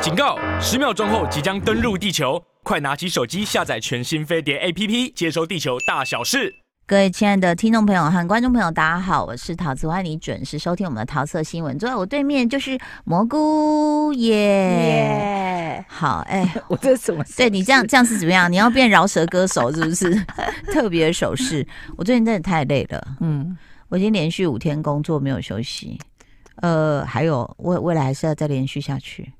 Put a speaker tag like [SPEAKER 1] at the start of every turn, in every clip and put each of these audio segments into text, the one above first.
[SPEAKER 1] 警告！十秒钟后即将登陆地球，快拿起手机下载全新飞碟 APP，接收地球大小事。
[SPEAKER 2] 各位亲爱的听众朋友和观众朋友，大家好，我是桃子，欢迎你准时收听我们的桃色新闻。坐在我对面就是蘑菇耶。
[SPEAKER 3] 耶！
[SPEAKER 2] 好，哎、
[SPEAKER 3] 我这是什么？
[SPEAKER 2] 对你这 样这样是怎么样？你要变饶舌歌手是不是？特别手势，我最近真的太累了，
[SPEAKER 3] 嗯，
[SPEAKER 2] 我已经连续五天工作没有休息。呃，还有未未来还是要再连续下去，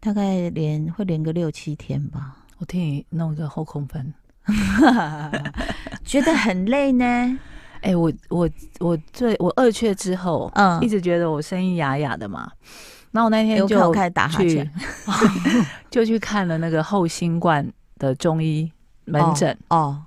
[SPEAKER 2] 大概连会连个六七天 吧，
[SPEAKER 3] 我替你弄一个后空翻。
[SPEAKER 2] 觉得很累呢。
[SPEAKER 3] 哎、我我我最我二确之后，
[SPEAKER 2] 嗯
[SPEAKER 3] 一直觉得我声音哑哑的嘛。然后我那天
[SPEAKER 2] 有看哎我
[SPEAKER 3] 就
[SPEAKER 2] 开始打哈
[SPEAKER 3] 去
[SPEAKER 2] 欠，
[SPEAKER 3] 就去看了那个后新冠的中医门诊，
[SPEAKER 2] 哦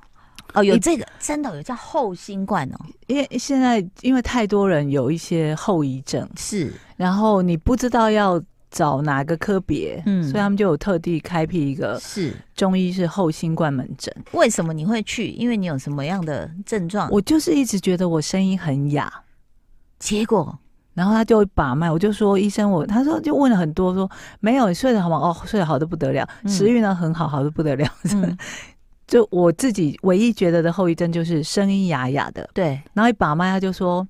[SPEAKER 2] 哦，有
[SPEAKER 3] 一
[SPEAKER 2] 这个真的有叫后新冠哦，
[SPEAKER 3] 因为现在因为太多人有一些后遗症，
[SPEAKER 2] 是
[SPEAKER 3] 然后你不知道要找哪个科别，
[SPEAKER 2] 嗯
[SPEAKER 3] 所以他们就有特地开辟一个
[SPEAKER 2] 是，
[SPEAKER 3] 中医是后新冠门诊。
[SPEAKER 2] 为什么你会去？因为你有什么样的症状？
[SPEAKER 3] 我就是一直觉得我声音很哑，
[SPEAKER 2] 结 果
[SPEAKER 3] 然后他就会把脉，我就说医生我，他说就问了很多，说没有，你睡得好吗？哦，睡得好的不得了，
[SPEAKER 2] 嗯
[SPEAKER 3] 食欲呢很好，好的不得了。
[SPEAKER 2] 嗯
[SPEAKER 3] 就我自己唯一觉得的后遗症就是声音哑哑的，
[SPEAKER 2] 对
[SPEAKER 3] 然后一把脉他就说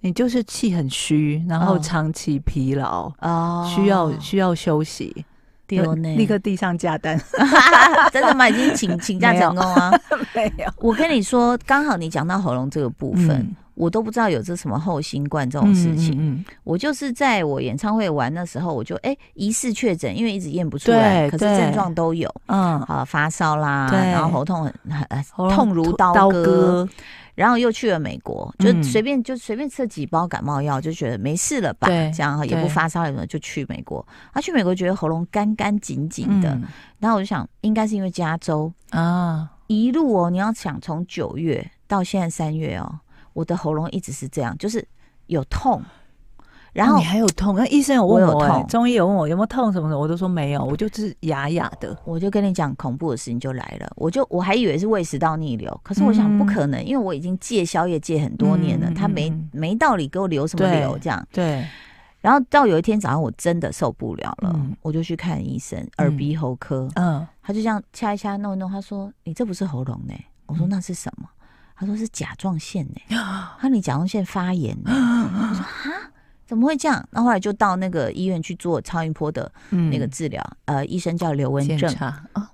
[SPEAKER 3] 你就是气很虚，然后
[SPEAKER 2] 哦
[SPEAKER 3] 长期疲劳，
[SPEAKER 2] 哦，
[SPEAKER 3] 需要需呃要休息，
[SPEAKER 2] 丢
[SPEAKER 3] 就
[SPEAKER 2] 呢，
[SPEAKER 3] 立刻递上假单。
[SPEAKER 2] 真的吗？已经 请请假
[SPEAKER 3] 没有
[SPEAKER 2] 成功啊！
[SPEAKER 3] 没有，
[SPEAKER 2] 我跟你说，刚好你讲到喉咙这个部分，
[SPEAKER 3] 嗯
[SPEAKER 2] 我都不知道有这什么后新冠这种事情。
[SPEAKER 3] 嗯嗯嗯
[SPEAKER 2] 我就是在我演唱会玩的时候，我就哎疑似确诊，因为一直验不出来，
[SPEAKER 3] 对
[SPEAKER 2] 可是
[SPEAKER 3] 对
[SPEAKER 2] 症状都有，
[SPEAKER 3] 嗯，
[SPEAKER 2] 啊，发烧啦，
[SPEAKER 3] 对
[SPEAKER 2] 然后喉痛很很
[SPEAKER 3] 喉咙
[SPEAKER 2] 痛如刀
[SPEAKER 3] 刀
[SPEAKER 2] 割，
[SPEAKER 3] 割，
[SPEAKER 2] 然后又去了美国，就
[SPEAKER 3] 嗯
[SPEAKER 2] 随便、就随便吃了几包感冒药，就觉得没事了吧，
[SPEAKER 3] 对
[SPEAKER 2] 这样哈也
[SPEAKER 3] 对
[SPEAKER 2] 不发烧什么，就去美国。他、去美国觉得喉咙干干紧紧的，
[SPEAKER 3] 嗯
[SPEAKER 2] 然后我就想，应该是因为加州
[SPEAKER 3] 啊，
[SPEAKER 2] 一路哦，你要想从九月到现在三月哦，我的喉咙一直是这样，就是有痛，然
[SPEAKER 3] 哦
[SPEAKER 2] 后
[SPEAKER 3] 你还有痛？那医生有问
[SPEAKER 2] 我有
[SPEAKER 3] 我、欸，
[SPEAKER 2] 痛
[SPEAKER 3] 中医有问我有没有痛什么的，我都说没有，我就是哑哑的。
[SPEAKER 2] 我就跟你讲，恐怖的事情就来了。我就我还以为是胃食道逆流，可是我想
[SPEAKER 3] 嗯
[SPEAKER 2] 不可能，因为我已经戒宵夜戒很多年了，
[SPEAKER 3] 嗯嗯
[SPEAKER 2] 他没
[SPEAKER 3] 嗯
[SPEAKER 2] 没道理给我留什么
[SPEAKER 3] 对
[SPEAKER 2] 流这样。
[SPEAKER 3] 对，
[SPEAKER 2] 然后到有一天早上，我真的受不了了，
[SPEAKER 3] 嗯
[SPEAKER 2] 我就去看医生，耳鼻喉科。
[SPEAKER 3] 嗯，
[SPEAKER 2] 他就这样掐一掐弄一弄，他说：“你这不是喉咙呢、我
[SPEAKER 3] 嗯
[SPEAKER 2] 说：“那是什么？”他说：“是甲状腺 呢、他说：“你甲状腺发炎 呢、我说：“哈，怎么会这样？”那后来就到那个医院去做超音波的那
[SPEAKER 3] 那
[SPEAKER 2] 个治疗，呃，医生叫刘文
[SPEAKER 3] 嗯检
[SPEAKER 2] 正，
[SPEAKER 3] 查啊，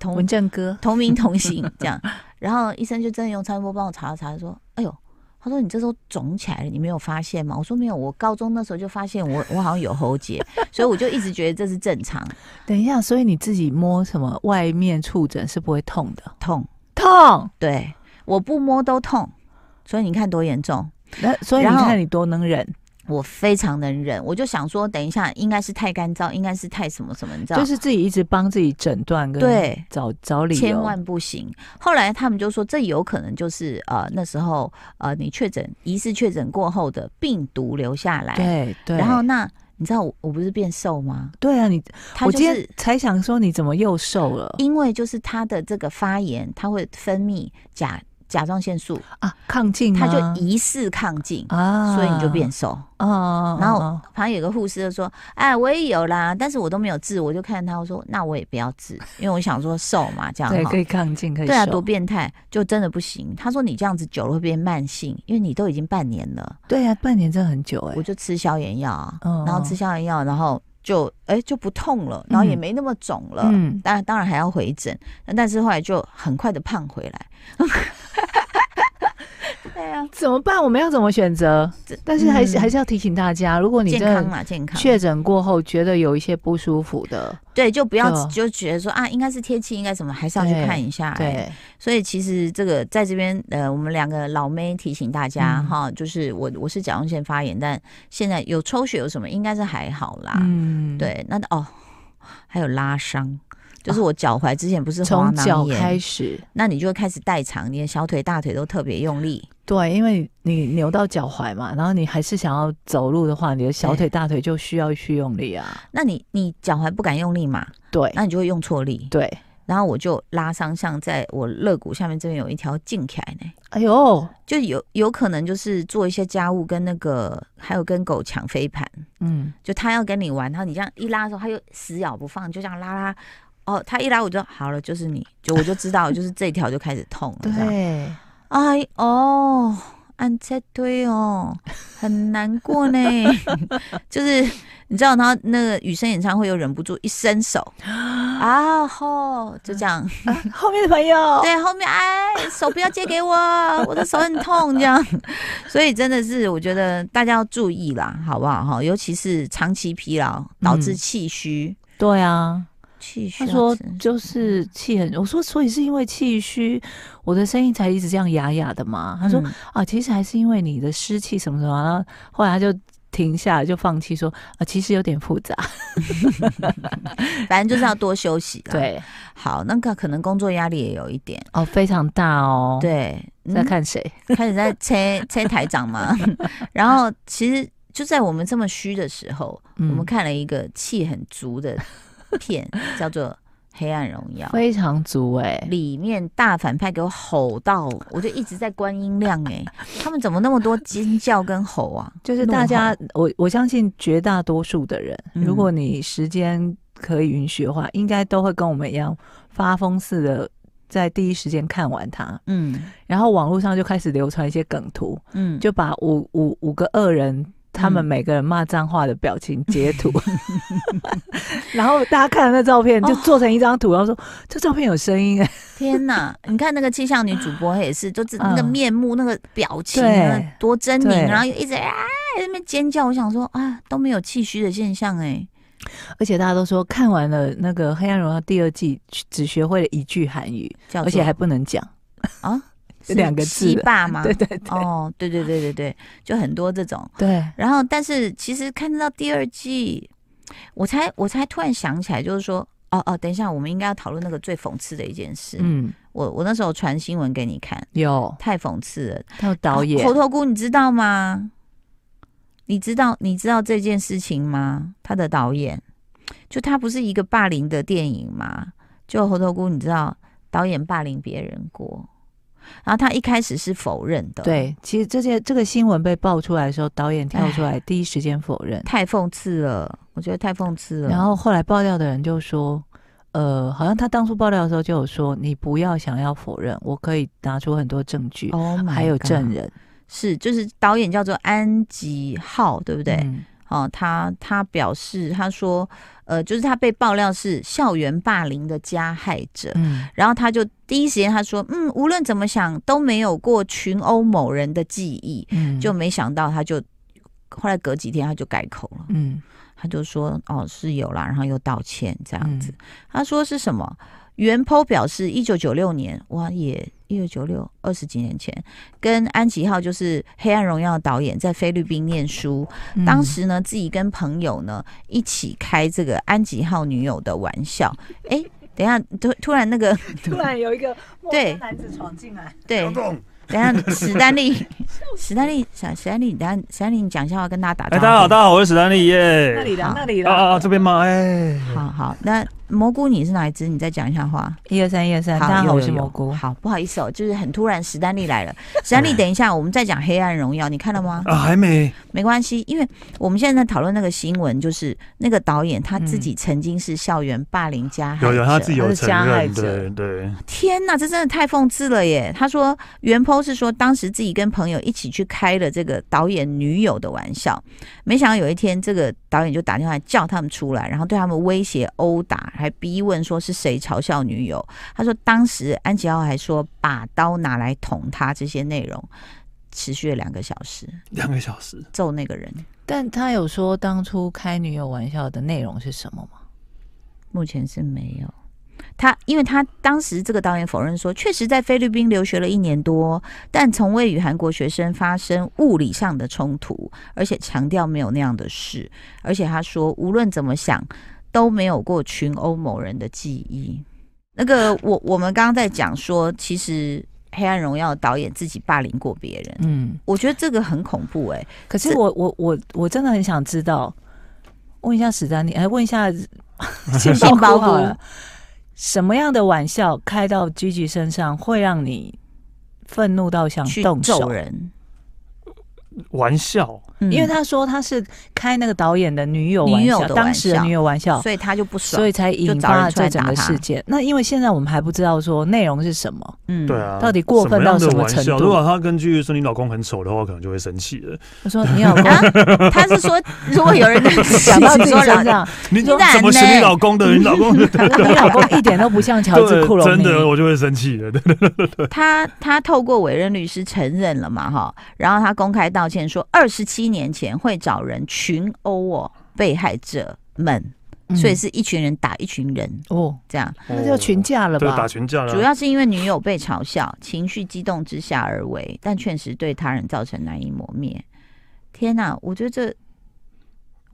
[SPEAKER 2] 同
[SPEAKER 3] 文正哥，
[SPEAKER 2] 同名同姓 这样。然后医生就真的用超音波帮我查了查，说：“哎呦，他说你这时候肿起来了，你没有发现吗？”我说：“没有，我高中那时候就发现我我好像有喉结， 所以我就一直觉得这是正常
[SPEAKER 3] 等一下，所以你自己摸什么外面触诊是不会痛的，
[SPEAKER 2] 痛。
[SPEAKER 3] 痛。
[SPEAKER 2] 对，我不摸都痛，所以你看多严重。
[SPEAKER 3] 那所以你
[SPEAKER 2] 然后
[SPEAKER 3] 看你多能忍，
[SPEAKER 2] 我非常能忍，我就想说，等一下应该是太干燥，应该是太什么什么，你知道？
[SPEAKER 3] 就是自己一直帮自己诊断跟
[SPEAKER 2] 对，
[SPEAKER 3] 找找理由，
[SPEAKER 2] 千万不行。后来他们就说，这有可能就是呃那时候呃你确诊疑似确诊过后的病毒留下来，
[SPEAKER 3] 对对。
[SPEAKER 2] 然后那你知道我我不是变瘦吗？
[SPEAKER 3] 对啊，你
[SPEAKER 2] 它
[SPEAKER 3] 我
[SPEAKER 2] 就
[SPEAKER 3] 今天
[SPEAKER 2] 是
[SPEAKER 3] 才想说你怎么又瘦了
[SPEAKER 2] 因为就是它的这个发炎，它会分泌甲甲状腺素，
[SPEAKER 3] 啊？亢进吗
[SPEAKER 2] 它就疑似亢进，
[SPEAKER 3] 啊，
[SPEAKER 2] 所以你就变瘦。
[SPEAKER 3] 啊，
[SPEAKER 2] 然后
[SPEAKER 3] 啊
[SPEAKER 2] 旁边有个护士就说：“哎，我也有啦，但是我都没有治。”我就看他，我说：“那我也不要治，因为我想说瘦嘛，这样
[SPEAKER 3] 对
[SPEAKER 2] 哈
[SPEAKER 3] 可以亢进，可以
[SPEAKER 2] 对啊，
[SPEAKER 3] 瘦
[SPEAKER 2] 多变态，就真的不行。”他说：“你这样子久了会变慢性，因为你都已经半年了。
[SPEAKER 3] 对啊，半年真的很久哎、
[SPEAKER 2] 我就吃消炎药啊，
[SPEAKER 3] 嗯
[SPEAKER 2] 然后吃消炎药，然后就哎就不痛了，然后也
[SPEAKER 3] 嗯
[SPEAKER 2] 没那么肿了。
[SPEAKER 3] 嗯，
[SPEAKER 2] 当然，当然还要回诊，那但是后来就很快的胖回来。 对啊，
[SPEAKER 3] 怎么办？我们要怎么选择
[SPEAKER 2] 这？
[SPEAKER 3] 但是还是、
[SPEAKER 2] 嗯
[SPEAKER 3] 还是要提醒大家，如果你
[SPEAKER 2] 健
[SPEAKER 3] 真
[SPEAKER 2] 康
[SPEAKER 3] 的
[SPEAKER 2] 嘛，健康。
[SPEAKER 3] 确诊过后觉得有一些不舒服的，
[SPEAKER 2] 对，就不要
[SPEAKER 3] 对
[SPEAKER 2] 就觉得说啊，应该是天气，应该什么，还是要去
[SPEAKER 3] 对
[SPEAKER 2] 看一下、哎
[SPEAKER 3] 对，
[SPEAKER 2] 所以其实这个在这边，呃，我们两个老妹提醒大家
[SPEAKER 3] 嗯
[SPEAKER 2] 哈、就是我我是甲状腺发炎，但现在有抽血有什么，应该是还好啦。
[SPEAKER 3] 嗯，
[SPEAKER 2] 对，那哦，还有拉伤，就是我脚踝之前不是滑
[SPEAKER 3] 哦从脚
[SPEAKER 2] 囊
[SPEAKER 3] 开
[SPEAKER 2] 炎，
[SPEAKER 3] 始，
[SPEAKER 2] 那你就会开始代偿，你的小腿、大腿都特别用力。
[SPEAKER 3] 对，因为你扭到脚踝嘛，然后你还是想要走路的话，你的小腿、大腿就需要去用力啊，
[SPEAKER 2] 那你你脚踝不敢用力嘛，
[SPEAKER 3] 对
[SPEAKER 2] 那你就会用错力，
[SPEAKER 3] 对，
[SPEAKER 2] 然后我就拉伤像在我肋骨下面这边有一条进起来呢，
[SPEAKER 3] 哎呦，
[SPEAKER 2] 就有有可能就是做一些家务跟那个还有跟狗抢飞盘，
[SPEAKER 3] 嗯，
[SPEAKER 2] 就它要跟你玩，然后你这样一拉的时候，它又死咬不放，就这样拉拉。哦，它一拉我就好了，就是你就我就知道，就是这一条就开始痛了。这样，
[SPEAKER 3] 对，
[SPEAKER 2] 哎哦，按这堆 哦，很难过呢。 就是你知道，他那个雨声演唱会又忍不住一伸 手，啊吼，就这样。
[SPEAKER 3] 后面的朋友，
[SPEAKER 2] 对，后面哎，手不要借 给我，我的手很痛，这样。所以真的是，我觉得大家要注意啦，好不好？哈，尤其是长期疲劳导致
[SPEAKER 3] 嗯
[SPEAKER 2] 气虚，
[SPEAKER 3] 对啊，
[SPEAKER 2] 气虚
[SPEAKER 3] 他
[SPEAKER 2] 要
[SPEAKER 3] 说
[SPEAKER 2] 吃。嗯
[SPEAKER 3] 就是气很，我说所以是因为气虚，我的声音才一直这样哑哑的嘛。他说、
[SPEAKER 2] 嗯
[SPEAKER 3] 啊，其实还是因为你的湿气什么什么，然后后来他就停下来就放弃说啊，其实有点复杂。
[SPEAKER 2] 反正就是要多休息啦。，
[SPEAKER 3] 对，
[SPEAKER 2] 好，那个可能工作压力也有一点。
[SPEAKER 3] 哦，非常大哦。，
[SPEAKER 2] 对，嗯
[SPEAKER 3] 在看谁？
[SPEAKER 2] 开始在切切台长 嘛，然后其实就在我们这么虚的时候，
[SPEAKER 3] 嗯
[SPEAKER 2] 我们看了一个气很足的片，叫做《黑暗荣耀》。
[SPEAKER 3] 非常足哎、
[SPEAKER 2] 里面大反派给我吼到，我就一直在关音量哎、他们怎么那么多尖叫跟吼啊？
[SPEAKER 3] 就是
[SPEAKER 2] 怒
[SPEAKER 3] 大家
[SPEAKER 2] 吼，
[SPEAKER 3] 我我相信绝大多数的人，
[SPEAKER 2] 嗯
[SPEAKER 3] 如果你时间可以允许的话，应该都会跟我们一样发疯似的，在第一时间看完它。
[SPEAKER 2] 嗯
[SPEAKER 3] 然后网络上就开始流传一些梗图，
[SPEAKER 2] 嗯，
[SPEAKER 3] 就把五五五个恶人。他们
[SPEAKER 2] 嗯
[SPEAKER 3] 每个人骂脏话的表情截 图，然后大家看了那照片就做成一张图，然后说这照片有声音哎，
[SPEAKER 2] 天哪！你看那个气象女主播，她也是，就是那个
[SPEAKER 3] 嗯
[SPEAKER 2] 面目、那个表情
[SPEAKER 3] 对
[SPEAKER 2] 啊，多狰狞，
[SPEAKER 3] 对
[SPEAKER 2] 然后又一直啊在那边尖叫。我想说啊，都没有气虚的现象哎、
[SPEAKER 3] 而且大家都说看完了那个《黑暗荣耀》第二季，只学会了一句韩语，
[SPEAKER 2] 叫
[SPEAKER 3] 而且还不能讲，
[SPEAKER 2] 是
[SPEAKER 3] 两个字
[SPEAKER 2] 西霸吗？
[SPEAKER 3] 对对对、
[SPEAKER 2] 哦，对对对对对，就很多这种。
[SPEAKER 3] 对，
[SPEAKER 2] 然后，但是其实看到第二季，我才我才突然想起来，就是说，哦哦，等一下，我们应该要讨论那个最讽刺的一件事。
[SPEAKER 3] 嗯，
[SPEAKER 2] 我我那时候传新闻给你看，
[SPEAKER 3] 有啊
[SPEAKER 2] 太讽刺了。
[SPEAKER 3] 还有导演
[SPEAKER 2] 猴头菇，你知道吗？你知道你知道这件事情吗？他的导演，就他不是一个霸凌的电影吗？就猴头菇，你知道导演霸凌别人过，然后他一开始是否认的，，
[SPEAKER 3] 对，其实这件这个新闻被爆出来的时候，导演跳出来第一时间否认，
[SPEAKER 2] 太讽刺了，我觉得太讽刺了。
[SPEAKER 3] 然后后来爆料的人就说，呃，好像他当初爆料的时候就有说，你不要想要否认，我可以拿出很多证据，
[SPEAKER 2] 哦，
[SPEAKER 3] 还有证人，
[SPEAKER 2] 是，就是导演叫做安吉浩，对不对？
[SPEAKER 3] 嗯
[SPEAKER 2] 哦，他他表示，他说，呃，就是他被爆料是校园霸凌的加害者，
[SPEAKER 3] 嗯
[SPEAKER 2] 然后他就第一时间他说，嗯，无论怎么想都没有过群殴某人的记忆，
[SPEAKER 3] 嗯
[SPEAKER 2] 就没想到他就后来隔几天他就改口了，
[SPEAKER 3] 嗯
[SPEAKER 2] 他就说，哦，是有啦，然后又道歉这样子。
[SPEAKER 3] 嗯
[SPEAKER 2] 他说是什么？袁剖表示，一九九六年，哇，也一九九六二十几年前，跟安琪浩就是《黑暗荣耀》的导演在菲律宾念书，
[SPEAKER 3] 嗯
[SPEAKER 2] 当时呢自己跟朋友呢一起开这个安吉浩女友的玩笑，哎、等一下，突突然那个
[SPEAKER 3] 突然有一个陌
[SPEAKER 2] 对
[SPEAKER 3] 男子闯进来，
[SPEAKER 2] 对，等一下史丹利，史丹利，史史丹利，等一下史丹利，你讲一下，我要跟大家打
[SPEAKER 4] 哎，
[SPEAKER 2] 招呼。
[SPEAKER 4] 大家好，大家好，我是史丹利
[SPEAKER 3] 那
[SPEAKER 4] 耶。
[SPEAKER 3] 里啦
[SPEAKER 2] 好哦
[SPEAKER 3] 那里
[SPEAKER 4] 啊啊，
[SPEAKER 3] 啦，
[SPEAKER 4] 啊这边吗？哎，
[SPEAKER 2] 好好，那蘑菇你是哪一只？你再讲一下话。
[SPEAKER 3] 一二三一二三，大家好，
[SPEAKER 2] 有
[SPEAKER 3] 啊我
[SPEAKER 2] 有
[SPEAKER 3] 是
[SPEAKER 2] 有
[SPEAKER 3] 蘑菇，
[SPEAKER 2] 好，不好意思哦，就是很突然，史丹利来了。史 丹利，等一下，我们再讲《黑暗荣耀》，你看了吗？
[SPEAKER 4] 啊，还没。
[SPEAKER 2] 没关系，因为我们现在在讨论那个新闻，就是那个导演他自己曾经是校园霸凌加害者。
[SPEAKER 4] 嗯有有，他自己有承认，
[SPEAKER 3] 他是加害
[SPEAKER 4] 对对。
[SPEAKER 2] 天呐，这真的太讽刺了耶！他说，原 po 是说当时自己跟朋友一起去开了这个导演女友的玩笑，没想到有一天这个导演就打电话叫他们出来，然后对他们威胁、殴打，还逼问说是谁嘲笑女友。他说当时安吉奥还说把刀拿来捅他，这些内容持续了两个小时，
[SPEAKER 4] 两个小时，
[SPEAKER 2] 揍那个人。
[SPEAKER 3] 但他有说当初开女友玩笑的内容是什么吗？
[SPEAKER 2] 目前是没有。他因为他当时这个导演否认说，确实在菲律宾留学了一年多，但从未与韩国学生发生物理上的冲突，而且强调没有那样的事。而且他说，无论怎么想，都没有过群殴某人的记忆。那个我我们刚刚在讲说，其实《黑暗荣耀》导演自己霸凌过别人，
[SPEAKER 3] 嗯。
[SPEAKER 2] 我觉得这个很恐怖哎、
[SPEAKER 3] 可是
[SPEAKER 2] 这
[SPEAKER 3] 我我我我真的很 想知道，问一下史丹利，哎，问一下杏
[SPEAKER 2] 杏鲍
[SPEAKER 3] 好
[SPEAKER 2] 菇
[SPEAKER 3] 了，什么样的玩笑开到 Gigi 身上会让你愤怒到想
[SPEAKER 2] 去
[SPEAKER 3] 动
[SPEAKER 2] 揍
[SPEAKER 3] 手？
[SPEAKER 2] 人，
[SPEAKER 4] 玩笑，
[SPEAKER 2] 嗯
[SPEAKER 3] 因为他说他是开那个导演的女友玩
[SPEAKER 2] 女
[SPEAKER 3] 笑
[SPEAKER 2] 友，的玩
[SPEAKER 3] 当时的
[SPEAKER 2] 笑
[SPEAKER 3] 女友玩笑，
[SPEAKER 2] 所以他就不爽
[SPEAKER 3] 所，以才引
[SPEAKER 2] 就找人
[SPEAKER 3] 发了
[SPEAKER 2] 出来
[SPEAKER 3] 这整
[SPEAKER 2] 打
[SPEAKER 3] 个
[SPEAKER 2] 他
[SPEAKER 3] 事件。那因为现在我们还不知道说内容是什么，
[SPEAKER 2] 嗯
[SPEAKER 4] 对。啊，
[SPEAKER 3] 到底过分到什么
[SPEAKER 4] 么样的玩笑
[SPEAKER 3] 程度
[SPEAKER 4] 如果他根据说你老公很丑的话，我可能就会生气了。
[SPEAKER 3] 我说你老 公
[SPEAKER 2] 啊，他是说，如果有人讲
[SPEAKER 3] 讲到自 己身
[SPEAKER 2] 了，
[SPEAKER 3] 上，
[SPEAKER 4] 你
[SPEAKER 2] 你懒
[SPEAKER 4] 怎么选
[SPEAKER 2] 呢
[SPEAKER 4] 你老公的？你老公 对
[SPEAKER 3] 你老公一点都不像乔治库隆
[SPEAKER 4] 真
[SPEAKER 3] 尼，
[SPEAKER 4] 的我就会生气了。对
[SPEAKER 2] 他他透过委任律师承认了嘛，哈，然后他公开道歉说，二十七年前会找人群殴我被害者们，
[SPEAKER 3] 嗯
[SPEAKER 2] 所以是一群人打一群人
[SPEAKER 3] 哦，
[SPEAKER 2] 这样，
[SPEAKER 3] 那就群架了
[SPEAKER 4] 对打
[SPEAKER 3] 吧？
[SPEAKER 4] 群架了，
[SPEAKER 2] 主要是因为女友被嘲笑，情绪激动之下而为，但确实对他人造成难以磨灭。天哪，我觉得这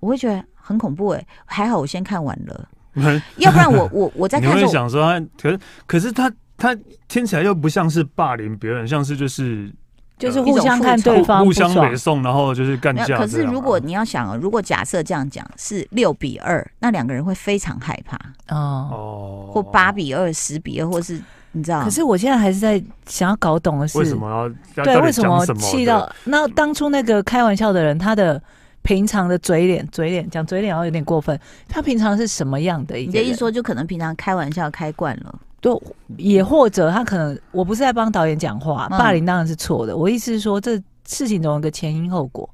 [SPEAKER 2] 我会觉得很恐怖哎、还好我先看完了，要不然我我我在
[SPEAKER 4] 你
[SPEAKER 2] 看的
[SPEAKER 4] 会
[SPEAKER 2] 时候，
[SPEAKER 4] 想说他，可是可是他他听起来又不像是霸凌别人，像是就是
[SPEAKER 3] 就是
[SPEAKER 4] 呃
[SPEAKER 3] 互相看
[SPEAKER 2] 一种复仇
[SPEAKER 3] 对方
[SPEAKER 4] 互
[SPEAKER 3] 不
[SPEAKER 4] 相
[SPEAKER 3] 爽
[SPEAKER 4] 北，送，然后就是干
[SPEAKER 2] 没
[SPEAKER 4] 架这
[SPEAKER 2] 有
[SPEAKER 4] 样啊。
[SPEAKER 2] 可是如果你要想哦，如果假设这样讲是六比二，那两个人会非常害怕，
[SPEAKER 3] 哦。
[SPEAKER 4] 哦，
[SPEAKER 2] 或八比二、十比二，或是你知道？
[SPEAKER 3] 可是我现在还是在想要搞懂的是，
[SPEAKER 4] 为什么要
[SPEAKER 3] 对
[SPEAKER 4] 要
[SPEAKER 3] 为
[SPEAKER 4] 什
[SPEAKER 3] 什么
[SPEAKER 4] 什么
[SPEAKER 3] 气
[SPEAKER 4] 的
[SPEAKER 3] 到？那当初那个开玩笑的人，他的平常的嘴脸，嘴脸讲嘴脸好像有点过分，他平常是什么样的一
[SPEAKER 2] 你
[SPEAKER 3] 个
[SPEAKER 2] 这
[SPEAKER 3] 人？
[SPEAKER 2] 一说，嗯就可能平常开玩笑开惯了，
[SPEAKER 3] 也或者他可能，我不是在帮导演讲话，
[SPEAKER 2] 嗯
[SPEAKER 3] 霸凌当然是错的。我意思是说，这事情总有个前因后果，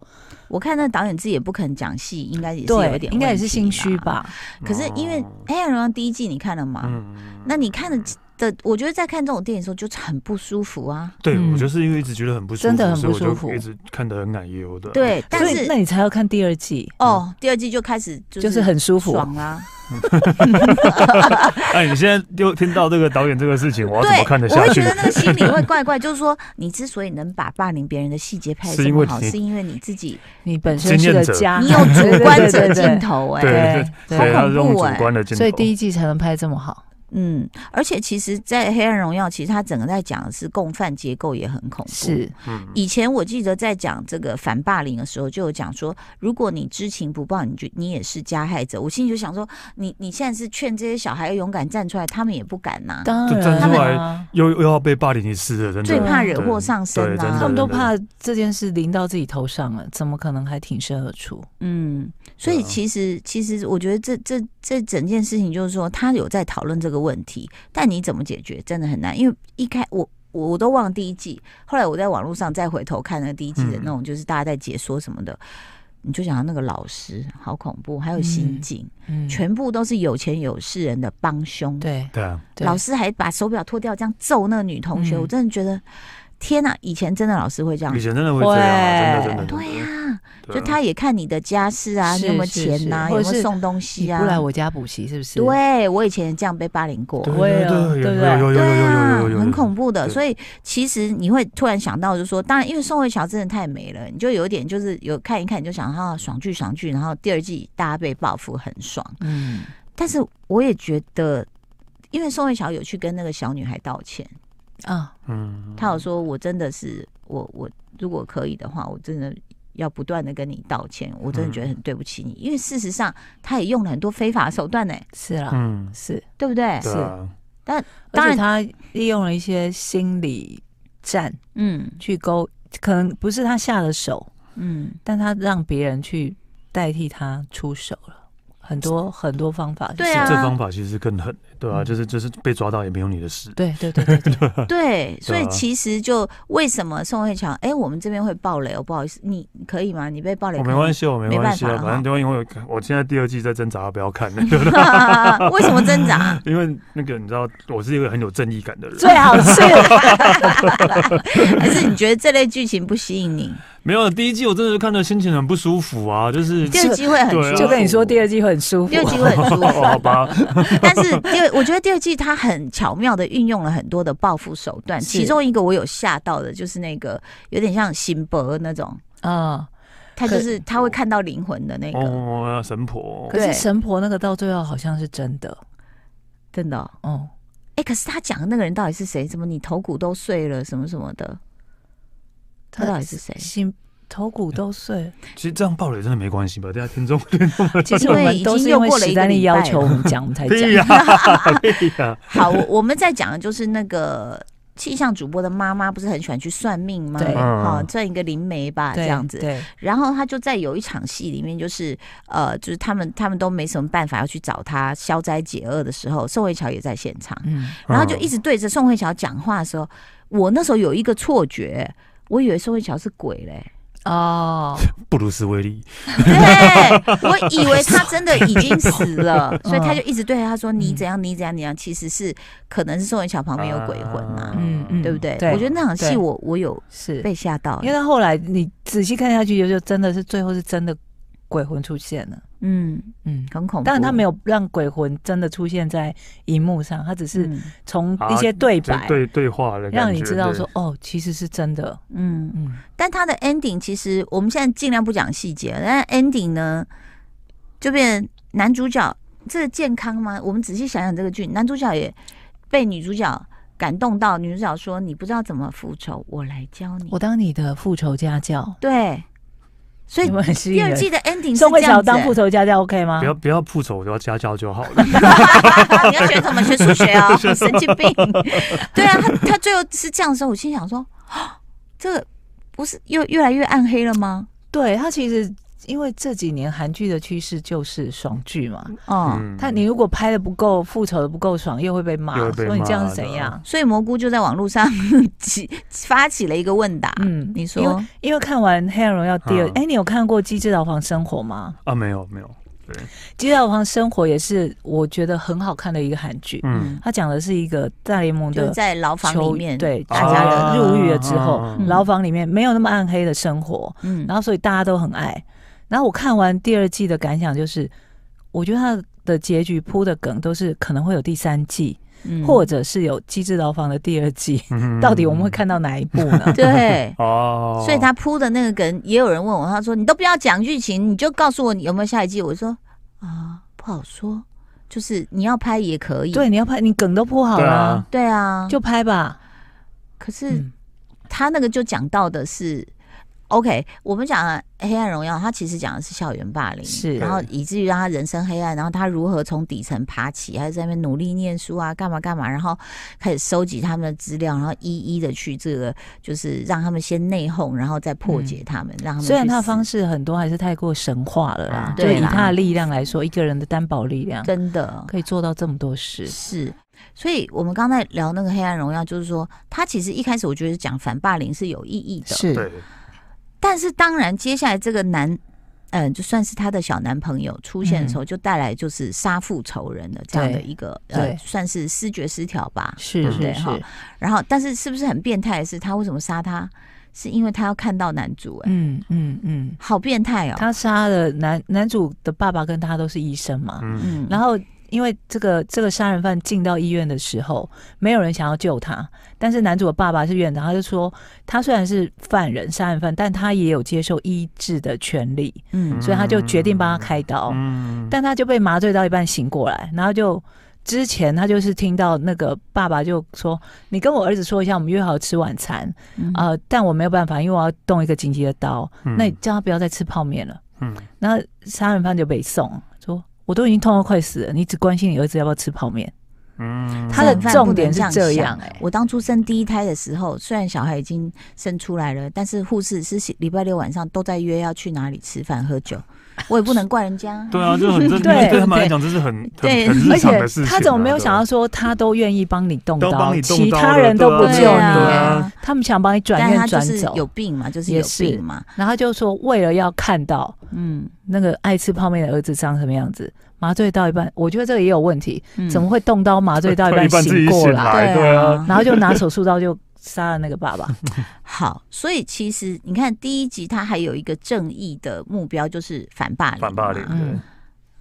[SPEAKER 2] 我看那导演自己也不肯讲戏，应该也是有
[SPEAKER 3] 对
[SPEAKER 2] 一，点，
[SPEAKER 3] 应该也是心虚。吧？
[SPEAKER 2] 可是因为《黑暗荣耀》第一季你看了吗？
[SPEAKER 4] 哦嗯，
[SPEAKER 2] 那你看的的，我觉得在看这种电影的时候就很不舒服啊。
[SPEAKER 4] 对
[SPEAKER 3] 嗯
[SPEAKER 4] 我就是因为一直觉得很不舒服，
[SPEAKER 3] 真的很不
[SPEAKER 4] 所以我就
[SPEAKER 3] 舒服
[SPEAKER 4] 一直看得很奶油的。，
[SPEAKER 2] 对，但
[SPEAKER 3] 所以那
[SPEAKER 2] 是
[SPEAKER 3] 你才要看第二季，
[SPEAKER 2] 哦，第二季就开始就是
[SPEAKER 3] 就是很舒服。
[SPEAKER 2] 爽啊啦、
[SPEAKER 4] 哎，你现在又听到这个导演这个事情，我要怎么
[SPEAKER 2] 对，
[SPEAKER 4] 看得
[SPEAKER 2] 我
[SPEAKER 4] 下
[SPEAKER 2] 会
[SPEAKER 4] 去
[SPEAKER 2] 觉？得那个心里 会怪怪，就是说你之所以能把霸凌别人的细节拍得
[SPEAKER 4] 是
[SPEAKER 2] 这
[SPEAKER 4] 因
[SPEAKER 2] 么
[SPEAKER 4] 为
[SPEAKER 2] 好，
[SPEAKER 4] 你
[SPEAKER 2] 是因为你自己
[SPEAKER 3] 你本身是个家，
[SPEAKER 4] 啊
[SPEAKER 2] 你有主 观者镜
[SPEAKER 3] 镜头，
[SPEAKER 2] 头哎、
[SPEAKER 4] 对
[SPEAKER 3] 对
[SPEAKER 4] 对，他是用
[SPEAKER 2] 恐
[SPEAKER 4] 主
[SPEAKER 2] 怖哎
[SPEAKER 4] 观的镜头，
[SPEAKER 3] 所以第一季才能拍这么好。
[SPEAKER 2] 嗯，而且其实，在《黑暗荣耀》，其实它整个在讲的是共犯结构也很恐怖，
[SPEAKER 3] 是，
[SPEAKER 4] 嗯
[SPEAKER 2] 以前我记得在讲这个反霸凌的时候，就有讲说，如果你知情不报，你就你也是加害者。我心里就想说，你你现在是劝这些小孩要勇敢站出来，他们也不敢呐、
[SPEAKER 3] 当
[SPEAKER 4] 就
[SPEAKER 3] 然
[SPEAKER 4] 站
[SPEAKER 2] 出
[SPEAKER 4] 来
[SPEAKER 3] 啊
[SPEAKER 4] 又又要被霸凌一次了，真的
[SPEAKER 2] 最怕惹
[SPEAKER 4] 对
[SPEAKER 2] 祸上身
[SPEAKER 4] 对
[SPEAKER 2] 呐、
[SPEAKER 4] 真的
[SPEAKER 3] 他们都
[SPEAKER 4] 对
[SPEAKER 3] 怕这件事临到自己头上了，怎么可能还挺身而出？
[SPEAKER 2] 嗯，所以
[SPEAKER 4] 对啊
[SPEAKER 2] 其实其实我觉得这这这整件事情就是说，他有在讨论这个问题，但你怎么解决真的很难，因为一开我。我我都忘了第一季，后来我在网络上再回头看那第一季的
[SPEAKER 4] 嗯
[SPEAKER 2] 那种，就是大家在解说什么的，你就想到那个老师好恐怖，还有刑
[SPEAKER 3] 嗯
[SPEAKER 2] 警，
[SPEAKER 3] 嗯，
[SPEAKER 2] 全部都是有钱有势人的帮凶。，
[SPEAKER 3] 对
[SPEAKER 4] 对啊，
[SPEAKER 3] 对
[SPEAKER 2] 老师还把手表脱掉，这样揍那个女同学，
[SPEAKER 3] 嗯
[SPEAKER 2] 我真的觉得，天哪、以前真的老师会这样
[SPEAKER 4] 以。前真的会这样啊，
[SPEAKER 3] 会
[SPEAKER 4] 真的真的，真的
[SPEAKER 2] 对呀、
[SPEAKER 4] 对啊
[SPEAKER 2] 就他也看你的家世啊，
[SPEAKER 3] 是
[SPEAKER 2] 你有没有
[SPEAKER 3] 是
[SPEAKER 2] 钱呐、有
[SPEAKER 3] 是或
[SPEAKER 2] 没
[SPEAKER 3] 者
[SPEAKER 2] 有
[SPEAKER 3] 是
[SPEAKER 2] 送东
[SPEAKER 3] 你
[SPEAKER 2] 西啊
[SPEAKER 3] 不？来我家补习是不是？，
[SPEAKER 2] 对啊我以前也这样被霸凌过。
[SPEAKER 4] 对
[SPEAKER 3] 会啊
[SPEAKER 4] 对
[SPEAKER 3] 对不对
[SPEAKER 4] 有有有有
[SPEAKER 2] 对
[SPEAKER 4] 有有
[SPEAKER 2] 啊
[SPEAKER 4] 有有，，
[SPEAKER 2] 很恐怖的，
[SPEAKER 4] 对
[SPEAKER 2] 所以其实你会突然想到，就是说，当然，因为宋慧乔真的太美了，你就有一点就是有看一看，你就想啊，爽剧爽剧，然后第二季大家被报复很爽，
[SPEAKER 3] 嗯，
[SPEAKER 2] 但是我也觉得，因为宋慧乔有去跟那个小女孩道歉，
[SPEAKER 3] 啊，
[SPEAKER 4] 嗯，
[SPEAKER 2] 她有说：“我真的是我我如果可以的话，我真的要不断的跟你道歉，我真的
[SPEAKER 4] 嗯
[SPEAKER 2] 觉得很对不起你。因为事实上，她也用了很多非法手段呢、
[SPEAKER 3] 是啦，
[SPEAKER 4] 嗯，
[SPEAKER 3] 是，
[SPEAKER 2] 对不对？
[SPEAKER 4] 对啊，
[SPEAKER 2] 当
[SPEAKER 3] 而且
[SPEAKER 2] 然
[SPEAKER 3] 他利用了一些心理战
[SPEAKER 2] 嗯
[SPEAKER 3] 去勾，可能不是他下的手，
[SPEAKER 2] 嗯，
[SPEAKER 3] 但他让别人去代替他出手了，很多很多方法是这
[SPEAKER 2] 对
[SPEAKER 3] 样。
[SPEAKER 2] 啊
[SPEAKER 4] 这方法其实更狠，对啊，
[SPEAKER 3] 嗯
[SPEAKER 4] 就是就是被抓到也没有你的事，
[SPEAKER 3] 对对对对对，
[SPEAKER 2] 对。所以
[SPEAKER 4] 对啊
[SPEAKER 2] 其实就为什么宋慧乔，哎，我们这边会爆雷哦，不好意思，你可以吗？你被爆雷
[SPEAKER 4] 我
[SPEAKER 2] 可
[SPEAKER 4] 哦没
[SPEAKER 2] 以，
[SPEAKER 4] 关系，我没关系
[SPEAKER 2] 没
[SPEAKER 4] 啊，
[SPEAKER 2] 办法
[SPEAKER 4] 反正都因为我我现在第二季在挣扎，不要看， 对不对
[SPEAKER 2] 为什么挣扎？
[SPEAKER 4] 因为那个你知道，我是一个很有正义感的人，
[SPEAKER 3] 最好是
[SPEAKER 2] 还是你觉得这类剧情不吸引你？
[SPEAKER 4] 没有第一季我真的是看的心情很不舒服啊， 就是
[SPEAKER 2] 第二季会很
[SPEAKER 4] 对啊
[SPEAKER 2] 舒
[SPEAKER 3] 就
[SPEAKER 2] 服，
[SPEAKER 3] 跟你说第二季会很舒服
[SPEAKER 2] 第。二季会很舒 服。
[SPEAKER 4] 哦好吧，
[SPEAKER 2] 但是第二，我觉得第二季它很巧妙的运用了很多的报复手段，
[SPEAKER 3] 是
[SPEAKER 2] 其中一个我有吓到的就是那个有点像辛伯那种，
[SPEAKER 3] 啊，
[SPEAKER 2] 他
[SPEAKER 3] 可
[SPEAKER 2] 就是他会看到灵魂的那个，
[SPEAKER 4] 哦，神婆
[SPEAKER 3] 可，
[SPEAKER 2] 对
[SPEAKER 3] 是神婆那个到最后好像是真的，
[SPEAKER 2] 真的哦、
[SPEAKER 3] 哦，
[SPEAKER 2] 哎、可是他讲的那个人到 底是谁？什么你头骨都碎了，什么什么的，他到底是谁
[SPEAKER 3] 辛头骨都碎 了。
[SPEAKER 4] 其实这样爆雷真的没关系吧？大啊家听众 对
[SPEAKER 3] 其实
[SPEAKER 2] 因
[SPEAKER 3] 我
[SPEAKER 2] 为
[SPEAKER 3] 们
[SPEAKER 2] 已
[SPEAKER 3] 都
[SPEAKER 2] 经
[SPEAKER 3] 是
[SPEAKER 2] 又
[SPEAKER 3] 因为
[SPEAKER 2] 过了
[SPEAKER 3] 史
[SPEAKER 2] 一个
[SPEAKER 3] 丹利
[SPEAKER 2] 礼
[SPEAKER 3] 要
[SPEAKER 2] 拜
[SPEAKER 3] 求我们讲，我们才讲。
[SPEAKER 4] 呀， 对呀，
[SPEAKER 2] 好，我我们在讲的就是那个气象主播的妈妈，不是很喜欢去算命吗？
[SPEAKER 3] 对
[SPEAKER 2] 好、
[SPEAKER 4] 嗯
[SPEAKER 2] 赚一个灵媒吧，
[SPEAKER 3] 对
[SPEAKER 2] 这样子。
[SPEAKER 3] 对，
[SPEAKER 2] 然后他就在有一场戏里面，就是呃，就是他们他们都没什么办法要去找他消灾解厄的时候，宋慧乔也在现场，
[SPEAKER 3] 嗯，
[SPEAKER 2] 然后就一直对着宋慧乔讲话的时候，我那时候有一个错觉，我以为宋慧乔是鬼嘞、
[SPEAKER 3] 哦，
[SPEAKER 4] 布鲁斯威利，
[SPEAKER 2] 对，我以为他真的已经死 了，所以他就一直对他说：“你怎样，你怎样，你怎样。”其实是可能是宋慧乔旁边有鬼魂啊
[SPEAKER 4] 啊
[SPEAKER 2] 嘛，
[SPEAKER 3] 嗯嗯
[SPEAKER 2] 对不对？
[SPEAKER 3] 对
[SPEAKER 2] 我觉得那场戏
[SPEAKER 3] 对
[SPEAKER 2] 我我有
[SPEAKER 3] 是，
[SPEAKER 2] 被吓到
[SPEAKER 3] 因为，到后来你仔细看下去，就就真的是最后是真的鬼魂出现了。
[SPEAKER 2] 嗯，
[SPEAKER 3] 嗯，
[SPEAKER 2] 很恐怖。
[SPEAKER 3] 当然他没
[SPEAKER 2] 有
[SPEAKER 3] 有让鬼魂真的出现在荧幕上，他只是
[SPEAKER 2] 嗯
[SPEAKER 3] 从
[SPEAKER 4] 啊
[SPEAKER 3] 一些对白、
[SPEAKER 4] 对对对话的感觉，
[SPEAKER 3] 让你知道说
[SPEAKER 4] 对，
[SPEAKER 3] 哦，其实是真的。
[SPEAKER 2] 嗯，
[SPEAKER 3] 嗯，
[SPEAKER 2] 但他的 ending 其实我们现在尽量不讲细节，但 ending 呢就变男主角这个健康吗？我们仔细想想这个剧，男主角也被女主角感动到，女主角说：“你不知道怎么复仇，我来教你。
[SPEAKER 3] 我当你的复仇家教”，
[SPEAKER 2] 对，所以
[SPEAKER 3] 你们很吸
[SPEAKER 2] 第
[SPEAKER 3] 引
[SPEAKER 2] 二
[SPEAKER 3] 人。
[SPEAKER 2] 季的 ending 是
[SPEAKER 3] 宋慧
[SPEAKER 2] 这
[SPEAKER 3] 乔
[SPEAKER 2] 样子、
[SPEAKER 3] 当复仇家教 OK 吗
[SPEAKER 4] 不？要不要复仇，我要家教就好了。
[SPEAKER 2] 你要学什么？学数学 哦，神经病。对啊，他他最后是这样的时候，我心想说，啊这个不是又越来越暗黑了吗？
[SPEAKER 3] 对他其实因为这几年韩剧的趋势就是爽剧嘛，
[SPEAKER 2] 哦、
[SPEAKER 4] 嗯
[SPEAKER 3] 他你如果拍的不够复仇的不够爽，又会被骂，
[SPEAKER 4] 又会被
[SPEAKER 3] 说你这样是
[SPEAKER 4] 骂
[SPEAKER 3] 怎
[SPEAKER 4] 对
[SPEAKER 3] 样？
[SPEAKER 2] 所以蘑菇就在网络上起发起了一个问答。
[SPEAKER 3] 嗯
[SPEAKER 2] 你
[SPEAKER 3] 因为
[SPEAKER 2] 说，
[SPEAKER 3] 因为看完《黑暗荣耀》第二，
[SPEAKER 4] 嗯
[SPEAKER 3] 哎、你有看过《机智牢房生活》吗？
[SPEAKER 4] 啊，没有没有，
[SPEAKER 3] 《机智牢房生活》也是我觉得很好看的一个韩剧，
[SPEAKER 4] 嗯，
[SPEAKER 3] 它讲的是一个大联盟
[SPEAKER 2] 就是
[SPEAKER 3] 的
[SPEAKER 2] 在牢房
[SPEAKER 3] 囚
[SPEAKER 2] 里面，，
[SPEAKER 3] 嗯对
[SPEAKER 2] 大家的
[SPEAKER 4] 啊
[SPEAKER 3] 入狱了之后，
[SPEAKER 4] 啊
[SPEAKER 2] 嗯
[SPEAKER 3] 牢房里面没有那么暗黑的生活，
[SPEAKER 2] 嗯
[SPEAKER 3] 然后所以大家都很爱。然后我看完第二季的感想就是，我觉得它的结局铺的梗都是可能会有第三季，
[SPEAKER 2] 嗯？
[SPEAKER 3] 或者是有《机智牢房》的第二季，
[SPEAKER 4] 嗯
[SPEAKER 3] 到底我们会看到哪一部呢
[SPEAKER 2] 对。
[SPEAKER 4] 哦，
[SPEAKER 2] 所以他铺的那个梗，也有人问我，他说：“你都不要讲剧情，你就告诉我你有没有下一季。”我说：“啊、不好说，就是你要拍也可以。”
[SPEAKER 3] 对，你要拍，你梗都铺好
[SPEAKER 4] 对
[SPEAKER 3] 了，
[SPEAKER 4] 啊，
[SPEAKER 2] 对啊，
[SPEAKER 3] 就拍吧。
[SPEAKER 2] 可是
[SPEAKER 3] 嗯，
[SPEAKER 2] 他那个就讲到的是，OK，我们讲《黑暗荣耀》，他其实讲的是校园霸凌，
[SPEAKER 3] 是
[SPEAKER 2] 然后以至于让他人生黑暗，然后他如何从底层爬起，还是在那边努力念书啊，干嘛干嘛，然后开始收集他们的资料，然后一一的去这个，就是让他们先内讧，然后再破解他们，让他们
[SPEAKER 3] 嗯虽然他的方
[SPEAKER 2] 方式
[SPEAKER 3] 式很多还是太过神话了啦
[SPEAKER 4] 嗯，
[SPEAKER 3] 就
[SPEAKER 2] 嗯对
[SPEAKER 3] 以
[SPEAKER 2] 啦
[SPEAKER 3] 他的力量来说，一个人的单薄力量
[SPEAKER 2] 真的
[SPEAKER 3] 可以做到这么多事。
[SPEAKER 2] 是。所以，我们刚才聊那个《黑暗荣耀》，就是说，他其实一开始我觉得讲反霸凌是有意义的，
[SPEAKER 4] 对，
[SPEAKER 2] 但是当然，接下来这个男，嗯、就算是他的小男朋友出现的时候，就带来就是杀父仇人的这样的
[SPEAKER 3] 嗯对
[SPEAKER 2] 一个
[SPEAKER 3] 对
[SPEAKER 2] 呃，算是失觉失调吧。
[SPEAKER 3] 是
[SPEAKER 4] 嗯
[SPEAKER 3] 是
[SPEAKER 2] 对
[SPEAKER 3] 是
[SPEAKER 2] 哈，然后，但是是不是很变态的是，他为什么杀他？是因为他要看到男主、哎、
[SPEAKER 3] 嗯嗯嗯，
[SPEAKER 2] 好变态哦。
[SPEAKER 3] 他杀了男男主的爸爸跟他都是医生嘛，
[SPEAKER 4] 嗯，
[SPEAKER 2] 嗯，
[SPEAKER 3] 然
[SPEAKER 2] 后
[SPEAKER 3] 后。因为这个这个杀人犯进到医院的时候，没有人想要救他，但是男主的爸爸是院长，他就说他虽然是犯人杀人犯，但他也有接受医治的权利，
[SPEAKER 2] 嗯
[SPEAKER 3] 所以他就决定帮他开刀。
[SPEAKER 4] 嗯，
[SPEAKER 3] 哦但他就被麻醉到一半醒过来，然后就之前他就是听到那个爸爸就说：“你跟我儿子说一下，我们约好吃晚餐。
[SPEAKER 2] 嗯
[SPEAKER 3] 呃，但我没有办法，因为我要动一个紧急的刀，
[SPEAKER 4] 嗯
[SPEAKER 3] 那你叫他不要再吃泡面了。
[SPEAKER 4] 嗯，”
[SPEAKER 3] 然后杀人犯就被送说。我都已经痛到快死了，你只关心你儿子要不要吃泡面。
[SPEAKER 4] 嗯
[SPEAKER 3] 他的
[SPEAKER 2] 正犯
[SPEAKER 3] 重点是
[SPEAKER 2] 不能
[SPEAKER 3] 这
[SPEAKER 2] 样
[SPEAKER 3] 样、
[SPEAKER 2] 想
[SPEAKER 3] 哎，
[SPEAKER 2] 我当初生第一胎的时候，虽然小孩已经生出来了，但是护士是礼拜六晚上都在约要去哪里吃饭喝酒，我也不能怪人家。
[SPEAKER 4] 对啊， 这很这
[SPEAKER 3] 对
[SPEAKER 4] 对他们来讲，这是很很
[SPEAKER 2] 对
[SPEAKER 4] 很
[SPEAKER 3] 而
[SPEAKER 4] 日常的事
[SPEAKER 3] 且
[SPEAKER 4] 情啊。
[SPEAKER 3] 他怎么没有
[SPEAKER 4] 对
[SPEAKER 3] 想到说他都愿意帮你动
[SPEAKER 4] 都帮你动刀
[SPEAKER 3] 其他
[SPEAKER 4] 了
[SPEAKER 3] 人
[SPEAKER 4] 对
[SPEAKER 3] 都
[SPEAKER 4] 啊
[SPEAKER 3] 不救
[SPEAKER 2] 对
[SPEAKER 3] 你、
[SPEAKER 2] 啊
[SPEAKER 4] 啊，
[SPEAKER 3] 他们想帮你转
[SPEAKER 2] 但他
[SPEAKER 3] 院
[SPEAKER 2] 就
[SPEAKER 3] 转
[SPEAKER 2] 是
[SPEAKER 3] 走。
[SPEAKER 2] 有病嘛，就是
[SPEAKER 3] 也
[SPEAKER 2] 有
[SPEAKER 3] 是
[SPEAKER 2] 病嘛，
[SPEAKER 3] 然后他就说为了要看到
[SPEAKER 2] 嗯，
[SPEAKER 3] 那个爱吃泡面的儿子长什么样子，麻醉到一半，我觉得这个也有问题，怎么
[SPEAKER 2] 会？
[SPEAKER 3] 会动刀麻醉到 一半
[SPEAKER 4] 嗯到一半自己
[SPEAKER 3] 醒过
[SPEAKER 4] 醒
[SPEAKER 3] 来，
[SPEAKER 2] 对
[SPEAKER 4] 来对啊
[SPEAKER 3] 然后就拿手术刀就杀了那个爸 爸？
[SPEAKER 2] 好，所以其实你看第一集，它还有一个正义的目标，就是反霸凌嘛。
[SPEAKER 4] 反霸凌，
[SPEAKER 3] 嗯
[SPEAKER 4] 对，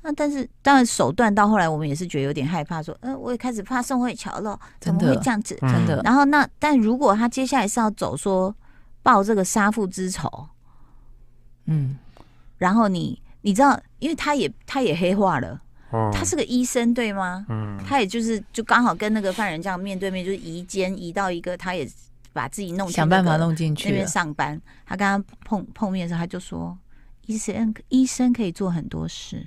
[SPEAKER 2] 那但是当然手段到后来，我们也是觉得有点害怕，说，嗯、我也开始怕宋慧乔了，怎么
[SPEAKER 3] 真的
[SPEAKER 2] 会这样子？
[SPEAKER 4] 嗯
[SPEAKER 3] 真的，
[SPEAKER 2] 然后那但如果他接下来是要走说报这个杀父之仇，
[SPEAKER 3] 嗯，
[SPEAKER 2] 然后你你知道，因为他也他也黑化了，
[SPEAKER 4] 嗯
[SPEAKER 2] 他是个医生对吗？
[SPEAKER 4] 嗯
[SPEAKER 2] 他也就是就刚好跟那个犯人这样面对面，就是移肩移到一个他也把自己弄进
[SPEAKER 3] 想办
[SPEAKER 2] 那
[SPEAKER 3] 法
[SPEAKER 2] 个
[SPEAKER 3] 弄进
[SPEAKER 2] 那
[SPEAKER 3] 去
[SPEAKER 2] 边
[SPEAKER 3] 了。
[SPEAKER 2] 上班，他跟他碰碰面的时候，他就说，医生医生可以做很多事。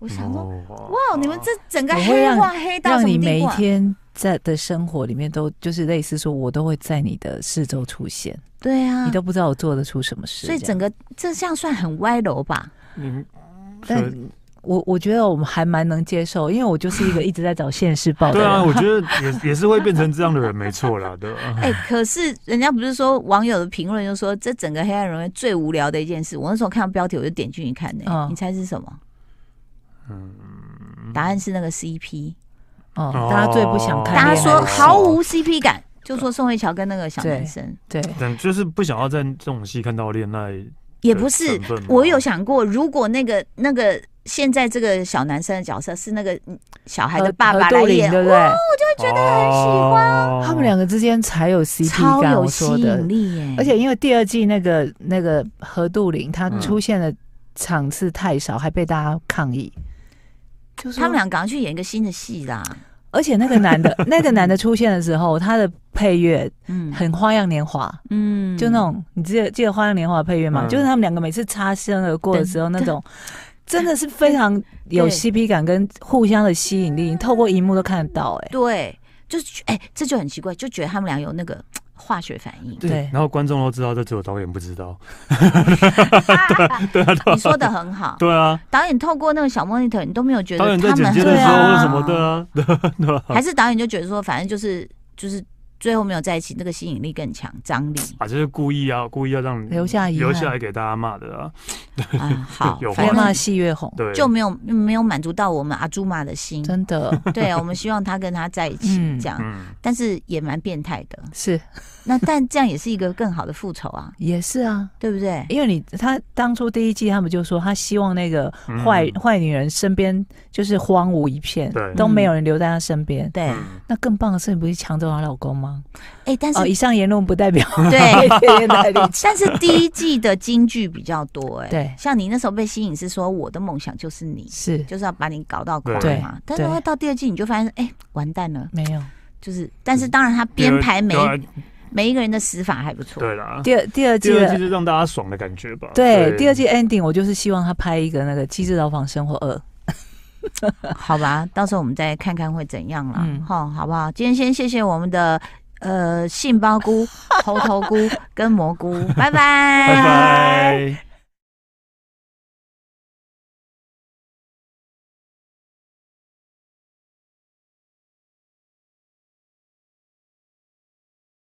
[SPEAKER 2] 我想说，
[SPEAKER 4] 哦
[SPEAKER 2] 哇，你们这整个
[SPEAKER 3] 我会
[SPEAKER 2] 黑
[SPEAKER 3] 让
[SPEAKER 2] 化黑到什
[SPEAKER 3] 让
[SPEAKER 2] 么
[SPEAKER 3] 你
[SPEAKER 2] 地
[SPEAKER 3] 每
[SPEAKER 2] 步
[SPEAKER 3] 一
[SPEAKER 2] 啊？
[SPEAKER 3] 天在的生活里面都就是类似说，我都会在你的四周出现，
[SPEAKER 2] 对啊，
[SPEAKER 3] 你都不知道我做得出什么事。
[SPEAKER 2] 所以
[SPEAKER 3] 这样
[SPEAKER 2] 整个这这样算很歪楼吧？
[SPEAKER 4] 嗯，
[SPEAKER 3] 但
[SPEAKER 4] 所以
[SPEAKER 3] 我我觉得我们还蛮能接受，因为我就是一个一直在找现世报的
[SPEAKER 4] 对
[SPEAKER 3] 人。
[SPEAKER 4] 啊，我觉得也也是会变成这样的人，没错啦，对啊吧？
[SPEAKER 2] 哎、可是人家不是说网友的评论就说这整个黑暗荣誉最无聊的一件事。我那时候看到标题我就点进去看呢、
[SPEAKER 3] 嗯
[SPEAKER 2] 你猜是什么？
[SPEAKER 4] 嗯，
[SPEAKER 2] 答案是那个 CP，、
[SPEAKER 3] 哦
[SPEAKER 4] 哦，
[SPEAKER 3] 大家最不想看
[SPEAKER 2] 大家
[SPEAKER 3] 恋爱
[SPEAKER 2] 说
[SPEAKER 3] 的戏
[SPEAKER 2] 毫无 CP 感，就说宋慧乔跟那个小男生
[SPEAKER 3] 对，
[SPEAKER 4] 但就是不想要在这种戏看到恋爱，
[SPEAKER 2] 也不是
[SPEAKER 4] 成分。吗
[SPEAKER 2] 我有想过，如果那个那个现在这个小男生的角色是那个嗯小孩的爸
[SPEAKER 3] 何
[SPEAKER 2] 爸
[SPEAKER 3] 杜
[SPEAKER 2] 来
[SPEAKER 3] 林
[SPEAKER 2] 演，
[SPEAKER 3] 对不对？
[SPEAKER 4] 觉得很喜欢
[SPEAKER 3] 啊他们两个之间才有 CP
[SPEAKER 2] 超
[SPEAKER 3] 感，
[SPEAKER 2] 有
[SPEAKER 3] 我
[SPEAKER 2] 吸
[SPEAKER 3] 说的
[SPEAKER 2] 引。力耶、
[SPEAKER 3] 而且因为第二季那个那个何杜林，他
[SPEAKER 4] 嗯
[SPEAKER 3] 出现的场次太少，还被大家抗议。就说
[SPEAKER 2] 他们，俩赶快去演一个新的戏啦。
[SPEAKER 3] 而且那个男的，那个男的出现的时候，他的配乐
[SPEAKER 2] 嗯
[SPEAKER 3] 很《花样年华》，
[SPEAKER 2] 嗯
[SPEAKER 3] 就那种你记得记得《花样年华》配乐吗？
[SPEAKER 4] 嗯
[SPEAKER 3] 就是他们两个每次擦身而过的时候，
[SPEAKER 2] 对
[SPEAKER 3] 那种真的是非常有
[SPEAKER 2] 对
[SPEAKER 3] CP 感跟互相的吸引力，你透过荧幕都看得到、哎，
[SPEAKER 2] 对，就是觉哎、这就很奇怪，就觉得他们俩有那个化学反 应。
[SPEAKER 3] 对
[SPEAKER 4] 然后观众都知道，这只有导演不知道。
[SPEAKER 2] 你说的很好，
[SPEAKER 4] 对啊，
[SPEAKER 2] 导演透过那个小 monitor，你都没有觉得
[SPEAKER 4] 导演在
[SPEAKER 2] 他们
[SPEAKER 4] 剪接
[SPEAKER 2] 很
[SPEAKER 4] 的
[SPEAKER 3] 对
[SPEAKER 4] 时候
[SPEAKER 3] 啊
[SPEAKER 4] 或什么的啊，对啊对啊，
[SPEAKER 2] 还是导演就觉得说，反正就是就是最后没有在一起，那个吸引力更强，张力
[SPEAKER 4] 啊，就是故意啊，故意要让你
[SPEAKER 3] 留下遗憾
[SPEAKER 4] 留下来给大家骂的啊。
[SPEAKER 2] 啊，好，
[SPEAKER 4] 有
[SPEAKER 2] 反
[SPEAKER 3] 越
[SPEAKER 4] 画
[SPEAKER 3] 骂
[SPEAKER 2] 正
[SPEAKER 3] 戏越红，
[SPEAKER 4] 对，
[SPEAKER 2] 就没有没有满足到我们阿朱玛的心。
[SPEAKER 3] 真的
[SPEAKER 2] 对，我们希望他跟他在一起
[SPEAKER 3] 嗯
[SPEAKER 2] 这样，
[SPEAKER 4] 嗯，
[SPEAKER 2] 但是也蛮变态的。
[SPEAKER 3] 是
[SPEAKER 2] 那但这样也是一个更好的复仇啊，
[SPEAKER 3] 也是啊。
[SPEAKER 2] 对不对？
[SPEAKER 3] 因为你他当初第一季他们就说他希望那个
[SPEAKER 4] 嗯
[SPEAKER 3] 坏坏、女人身边就是荒芜一片，
[SPEAKER 4] 对
[SPEAKER 3] 都没有人留在她身边。
[SPEAKER 2] 对，哎、
[SPEAKER 4] 嗯
[SPEAKER 3] 那更棒的是，你不是抢走她老公吗？
[SPEAKER 2] 但是、
[SPEAKER 3] 哦，以上言论不代表
[SPEAKER 2] 对，
[SPEAKER 3] 天的立场。
[SPEAKER 2] 但是第一季的金句比较多、哎，
[SPEAKER 3] 对
[SPEAKER 2] 像你那时候被吸引是说我的梦想就是你，
[SPEAKER 3] 是
[SPEAKER 2] 就是要把你搞到垮
[SPEAKER 4] 对
[SPEAKER 2] 嘛。但是会到第二季你就发现，哎、完蛋了，
[SPEAKER 3] 没有
[SPEAKER 2] 就是，但
[SPEAKER 4] 嗯
[SPEAKER 2] 是当然他编排每一
[SPEAKER 4] 对啊
[SPEAKER 2] 每一个人的死法还不错，
[SPEAKER 4] 对啦，
[SPEAKER 3] 第二第二季
[SPEAKER 4] 第二季
[SPEAKER 3] 的
[SPEAKER 4] 就让大家爽的感觉吧。
[SPEAKER 3] 对第二季 ending，我就是希望他拍一个那个《机智牢房生活二》。
[SPEAKER 2] 好吧，到时候我们再看看会怎样啦，
[SPEAKER 3] 嗯
[SPEAKER 2] 哈、好不好？今天先谢谢我们的呃杏鲍菇、猴头菇跟蘑菇，拜拜，
[SPEAKER 4] 拜拜。